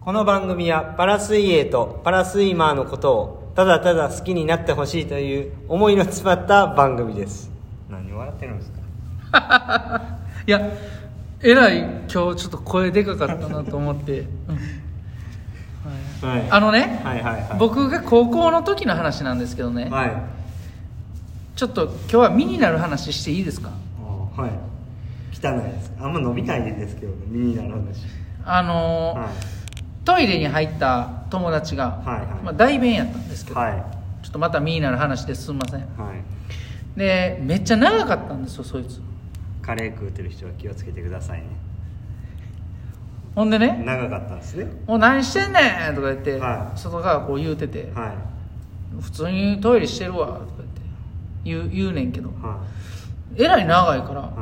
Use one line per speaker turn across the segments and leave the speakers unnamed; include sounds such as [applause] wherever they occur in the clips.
この番組はパラ水泳とパラスイマーのことをただただ好きになってほしいという思いの詰まった番組です何笑ってるんですか
いやえらい今日ちょっと声でかかったなと
[laughs]
思って、うんは
は
い
い
あのね、
はいはいはい
僕が高校の時の話なんですけどね、
はい
ちょっと今日は身になる話していいですか
あはい汚いですあんま伸びないですけどね身になる話
あのー
は
トイレに入った友達が、
はいはい
まあ、代弁やったんです
い
けど、
はい
ちょっとまた身になる話ですすんません
はい
でめっちゃ長かったんですよそいつ
カレー食うてる人は気をつけてくださいね
ほんでね
長かったんですね
「もう何してんねん!」とか言って、
はい
外側こう言うてて、
はい
普通にトイレしてるわ」とか言って言う言うねんけど
は
えらい長いから
いは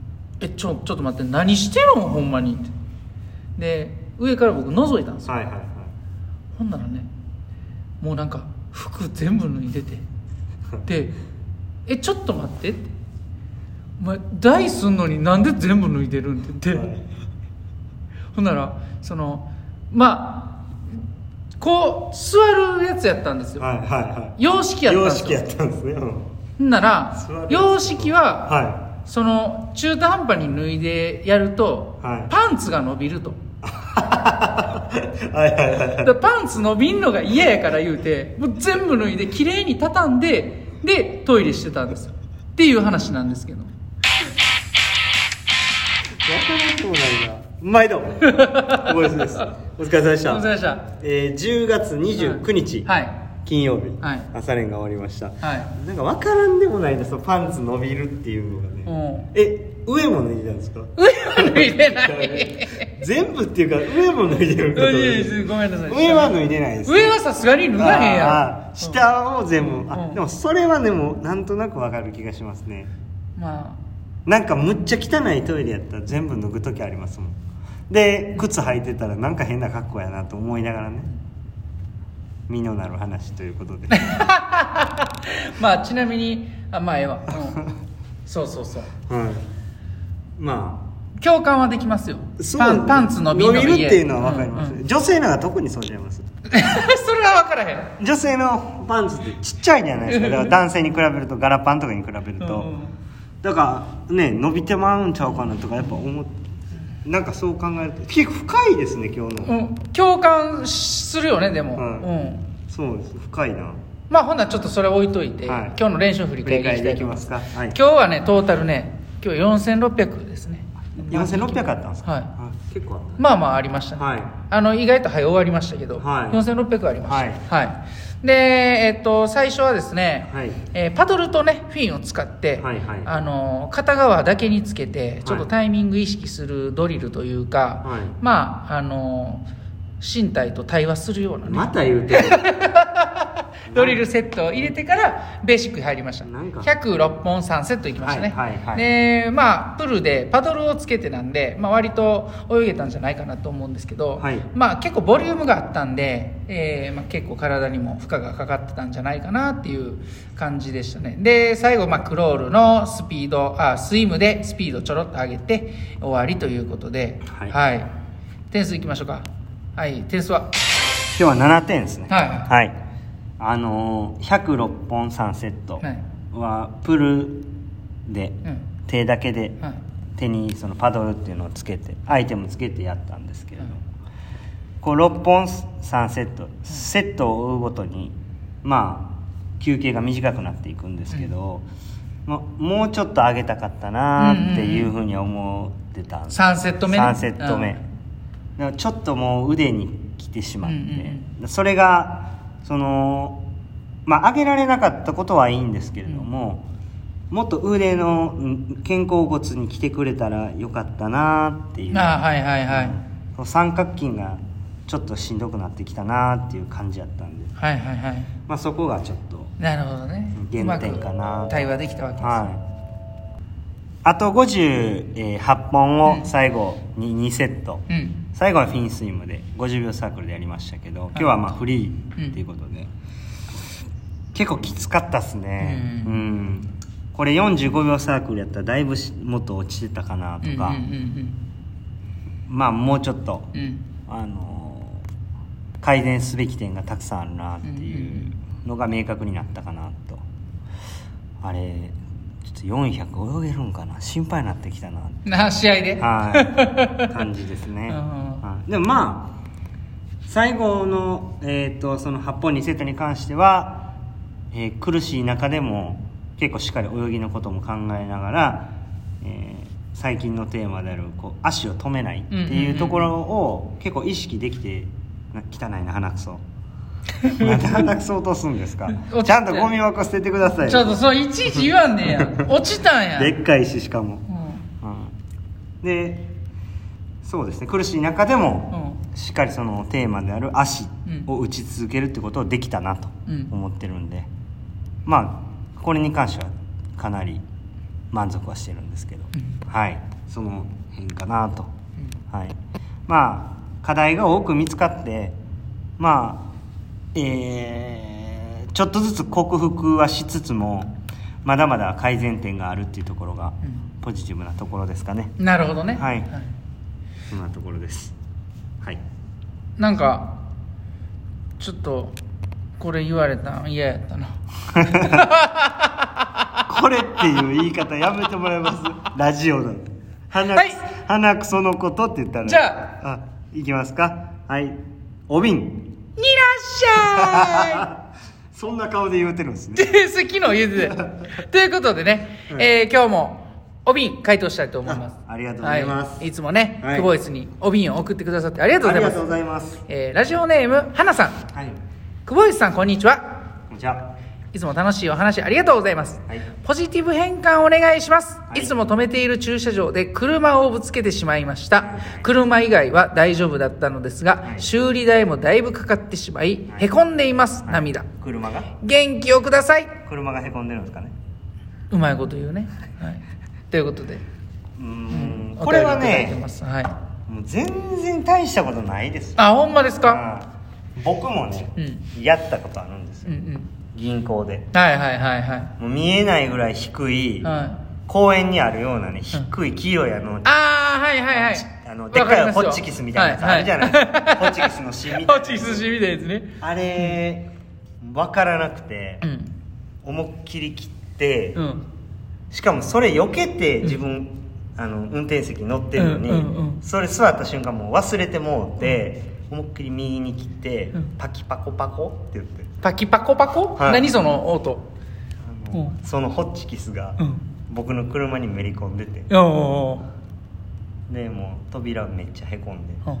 「えちょちょっと待って何してるのほんまに」ってで上から僕覗いたんです
い
よ、
はいはいはい
ほんならねもうなんか服全部脱
[laughs]
いでてで「えちょっと待って」って「お前台すんのになんで全部脱いでるん?」って言って、ほんならそのまあこう座るやつやったんですよ
はいはいは
洋式
い
やったん
様
ですよ
式やったんですねうん
ほんなら
座るやつ
洋式は
はい
その中途半端に脱いでやると、
はい
パンツが伸びると
はいはいはいはい。
だパンツ伸びんのが嫌やから言うてもう全部脱いで綺麗に畳んででトイレしてたんですよっていう話なんですけど
わからなくもないな。毎度。おぼです。お疲れ様でし
お疲れ様
た。
でした
えー、10月29日、
はい
金曜日、
はい
朝練が終わりました。
は
なんかわからんでもないな、そのパンツ伸びるっていうのが
い
ね。
も
え、上も脱いだんですか
う上は脱いでない
全部っていうか、上も脱いでる
い
こと
やいや
で
いやごめんなさい
上は脱いでないです。
上はさすがに脱がへんや
あー
ん
下も全部、
う
あ
ん
でもそれはでもなんとなくわかる気がしますね
ま
なんかむっちゃ汚いトイレやったら全部脱ぐ時ありますもんで靴履いてたらなんか変な格好やなと思いながらね身のなる話ということでは
あまあちなみにあまあええわ、
[laughs]
うん、そうそうそう
いま
共感はできますよ
あそう
パンパンツ伸び
伸びる
の
っ
家
ていうのは分かります、
うんうん [laughs]
女性のが特にそうちゃいます
それは分からへん
女性のパンツってちっちゃいじゃないですかだから男性に比べるとガラパンとかに比べると、
うん
だからね伸びてまうんちゃうかなとかやっぱ思っなんかそう考えると結構深いですね今日の、
うん、共感するよねでも、
はい
うん、
そうです深いな
まあほんならちょっとそれ置いといて、
はい
今日の練習振り
振
返
り
りい
返
き
り
た
で
いと
き
思
ま
います
すかはい
今日はねトータルね今日4600ですね
4600あったんですか
はい
あ結構あっ
まあまあありました
た
ね、
はい
あの意外とはい終わりましたけど、
はい
4600ありましたはい、でえっと最初はですね、
はい
えーパドルとねフィンを使って、
はいはい
あの片側だけにつけて
い
ちょっとタイミング意識するドリルというか、
はい
まああの身体と対話するようなね、
また言うてる
ドリルセットを入れてからベーシックに入りました
なんか
106本3セットいきましたね、
はいはいはい
でまあプルでパドルをつけてなんで、まあ、割と泳げたんじゃないかなと思うんですけど、
はい
まあ結構ボリュームがあったんで、えーまあ、結構体にも負荷がかかってたんじゃないかなっていう感じでしたねで最後、まあ、クロールのスピードあスイムでスピードちょろっと上げて終わりということで
はい
点数いきましょうかはい点数は
今日は7点ですね
はい
はいあのー、106本3セット
はい
はプルで
うん
手だけで
はい
手にそのパドルっていうのをつけてアイテムつけてやったんですけれど
はい
こう6本3セットセットを追うごとにまあ休憩が短くなっていくんですけど、まもうちょっと上げたかったなーっていうふうには思ってたんです、
3セット目ね
3セット目
うん
だからちょっともう腕に来てしまって、
うんうん
それがそのまあ上げられなかったことはいいんですけれども、もっと腕のうん肩甲骨に来てくれたらよかったなーっていう
ああはいはいはい、
こう三角筋がちょっとしんどくなってきたなっていう感じやったんで、
はいはいはい
まあ、そこがちょっと
なるほどね
原点かな
うまく対話できたわけです、
はいあと58本を最後に2セット、
うん
最後はフィンスイムで50秒サークルでやりましたけど今日はまあフリーっていうことで、結構きつかったっすね
う
うんん、これ45秒サークルやったらだいぶしもっと落ちてたかなとか、
うんうん
まあもうちょっと
うんうん
あの改善すべき点がたくさんあるなって
うんうん
いうのが明確になったかなとあれちょっと400泳げるんかな心配になってきたなって
な試合で
はい感じですね、
[laughs] うん
はいでもまあ最後の,、えー、とその8本2セットに関しては、えー苦しい中でも結構しっかり泳ぎのことも考えながら、えー最近のテーマであるこう足を止めないって
うんうん
い
うん
うところを結構意識できてな汚いな鼻く
[laughs]
そなんで鼻くそ落とすんですか
落ちて
ちゃんとゴミ箱捨ててください
[laughs] ちょっとそういちいち言わんねえや落ちたんや
でっかい石しかも
うん
うんでそうですね苦しい中でも、しっかりそのテーマである足を打ち続けるってことをできたなと
うん
思ってるんで、まあこれに関してはかなり満足はしてるんですけど、
う
はいその辺かなと、はいまあ課題が多く見つかってまあえーちょっとずつ克服はしつつもまだまだ改善点があるっていうところが
うん
ポジティブなところですかね、
なるほどね
はいそんなところですはい
なんかちょっとこれ言われたん嫌やっ
[laughs]
たな
これっていう言い方やめてもらえますラジオだ鼻,、
はい
鼻くそのことって言ったら
じゃ
あいきますかはいお瓶
いらっしゃい
[laughs] そんな顔で言うてるんです [laughs] ね
で、昨日言うてて。ということでね、えー今日も、お瓶回答したいと思います。
あありがとうございます
はい、いつもね、
はい
クボイスにお瓶を送ってくださってありがとう
あ
ござ
り
い
が
ま
とうご
す。
ざいます
えーラジオネーム、はなさん。
はい
クボイスさん、こんにちは。
じゃ
いつも楽しいお話ありがとうございます。
はい
ポジティブ変換お願いします、
い
い。つも止めている駐車場で車をぶつけてしまいました。車以外は大丈夫だったのですが、
はい
修理代もだいぶかかってしまい、へこんでいます、涙。
車が
元気をください。
車がへこんでるんですかね
うまいこと言うね、はい、ということで
うー
お便
ん
り
これはい
ただいてま
ね
す、はい、
もう全然大したことないです
あほんまですか、
うん僕もね、やったことあるんです
うん、
よ
うん
銀行で
はいはいはいは
もう見えないぐらい低い、
いはい
公園にあるようなね低い清屋の、
あーはいはいはい
あのでっかいホ
わりますよ
ッチキスみたいなやつあるじゃないですか、ホッチキスのシみ
ホ
たい
ッ
な
チキスシみたいなやつね
あれ分からなくて、
うん
思いっきり切って、
うん
しかもそれ避けて自分、あの運転席に乗ってるのに、
うんうんうん
それ座った瞬間もう忘れてもうて、思いっきり右に切って、
うん
パキパコパコって言って
パキパコパコ、
はい
何その音
あの、
うん
そのホッチキスが
うん
僕の車にめり込んでて
おーおー
でもう扉めっちゃへこんで
おー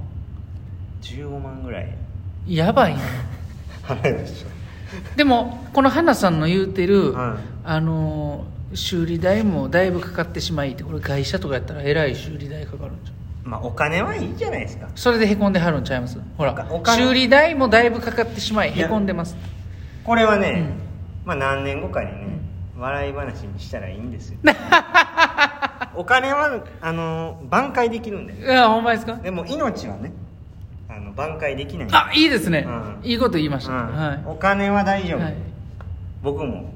15万ぐらい
うんやばいな
払いまし
でもこの花さんの言うてる、
はい
あのー修理代もだいぶかかってしまいってこれ会社とかやったらえらい修理代かかるんちゃう
たまあお金はいいじゃないですか
それでへこんではるんちゃいますほら
お金
修理代もだいぶかかってしまい
いや
へこんでます
これはね、まあ何年後かにね笑い話にしたらいいんです
[laughs]
よお金はあの挽回できるんだよ
いやほんまですか
でも命はねあの挽回できない、
あいいですね、
うん
いいこと言いま
う
した、
ん
は
お金は大
い、
丈夫、
はい、
僕も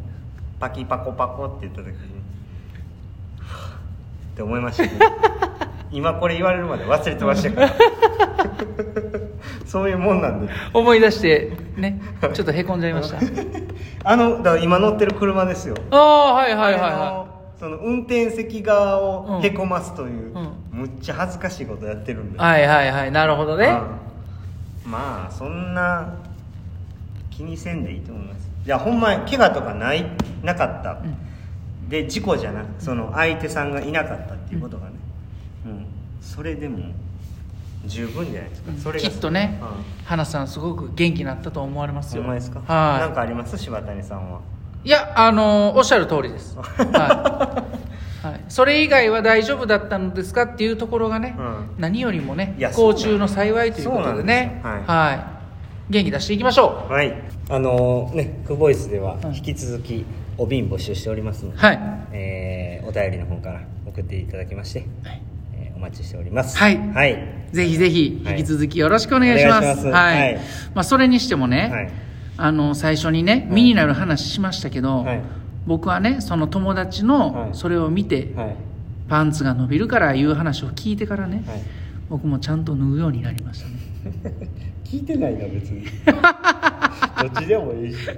パキパコパコって言った時にはぁって思いました
[laughs]
ね今これ言われるまで忘れてましたからそういうもんなんで
思い出してねちょっとへこんじゃいま
[laughs]
した
あのだから今乗ってる車ですよ
ああはいはいはい
あ
は
のその運転席側
うん
をへこますという、
うん
むっちゃ恥ずかしいことやってるん
い
で
はいはいはいなるほどね
うんまあそんな気にせんでいいと思いますいやほんま怪我とかないなかった、で事故じゃなくその相手さんがいなかったっていうことがね、うんそれでも十分じゃないですか、それ
き
が
っとね、
うん
花さんすごく元気になったと思われます
ほ
よ
んまですかなん
は
かあります柴谷さんはい
いやあのーおっしゃる通
[laughs]
りです、はいはい、それ以外は大丈夫だったのですかっていうところがね、
うん
何よりもね
いや
不幸中の幸いというこ
そう
と
な
で
んで
ね
すよはい
い元気出していきましょ
はいあのねクボイスでは
うん
引き続きお瓶募集しておりますの
う
で、
はい
えーお便りの方から送っていただきまして、
はい
えーお待ちしております
はい
はい
ぜひぜひ
はい
引き続きよろしくお願いします,、
お
は
願
い
いしますはい
まあ、それにしてもね、
はい
あの最初にね身になる話しましたけど、
はい
僕はねその友達
は
の
い
それを見て、
はいはい
パンツが伸びるからいう話を聞いてからね、僕もちゃんと脱ぐようになりましたね
聞いてないな
[laughs]
別にどっちでもいいし、
はい、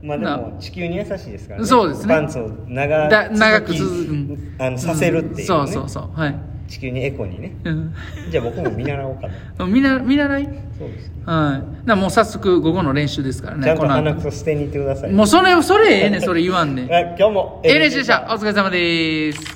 まあで
な
も地球に優しいですから
そうですね
パンツを長
だ長く
き
続くうん
あのさせるっていう、ね
んそうそうそうはい、
地球にエコにね
うん、
じゃあ僕も見習おうかな
見な見習い
そうですね
はい、だもう早速午後の練習ですからね
ちゃんと
この後
鼻くそ捨てに行ってください
もうそれそれええねんそれ言わんねん
あ今日も
ええ練習でしたお疲れ様です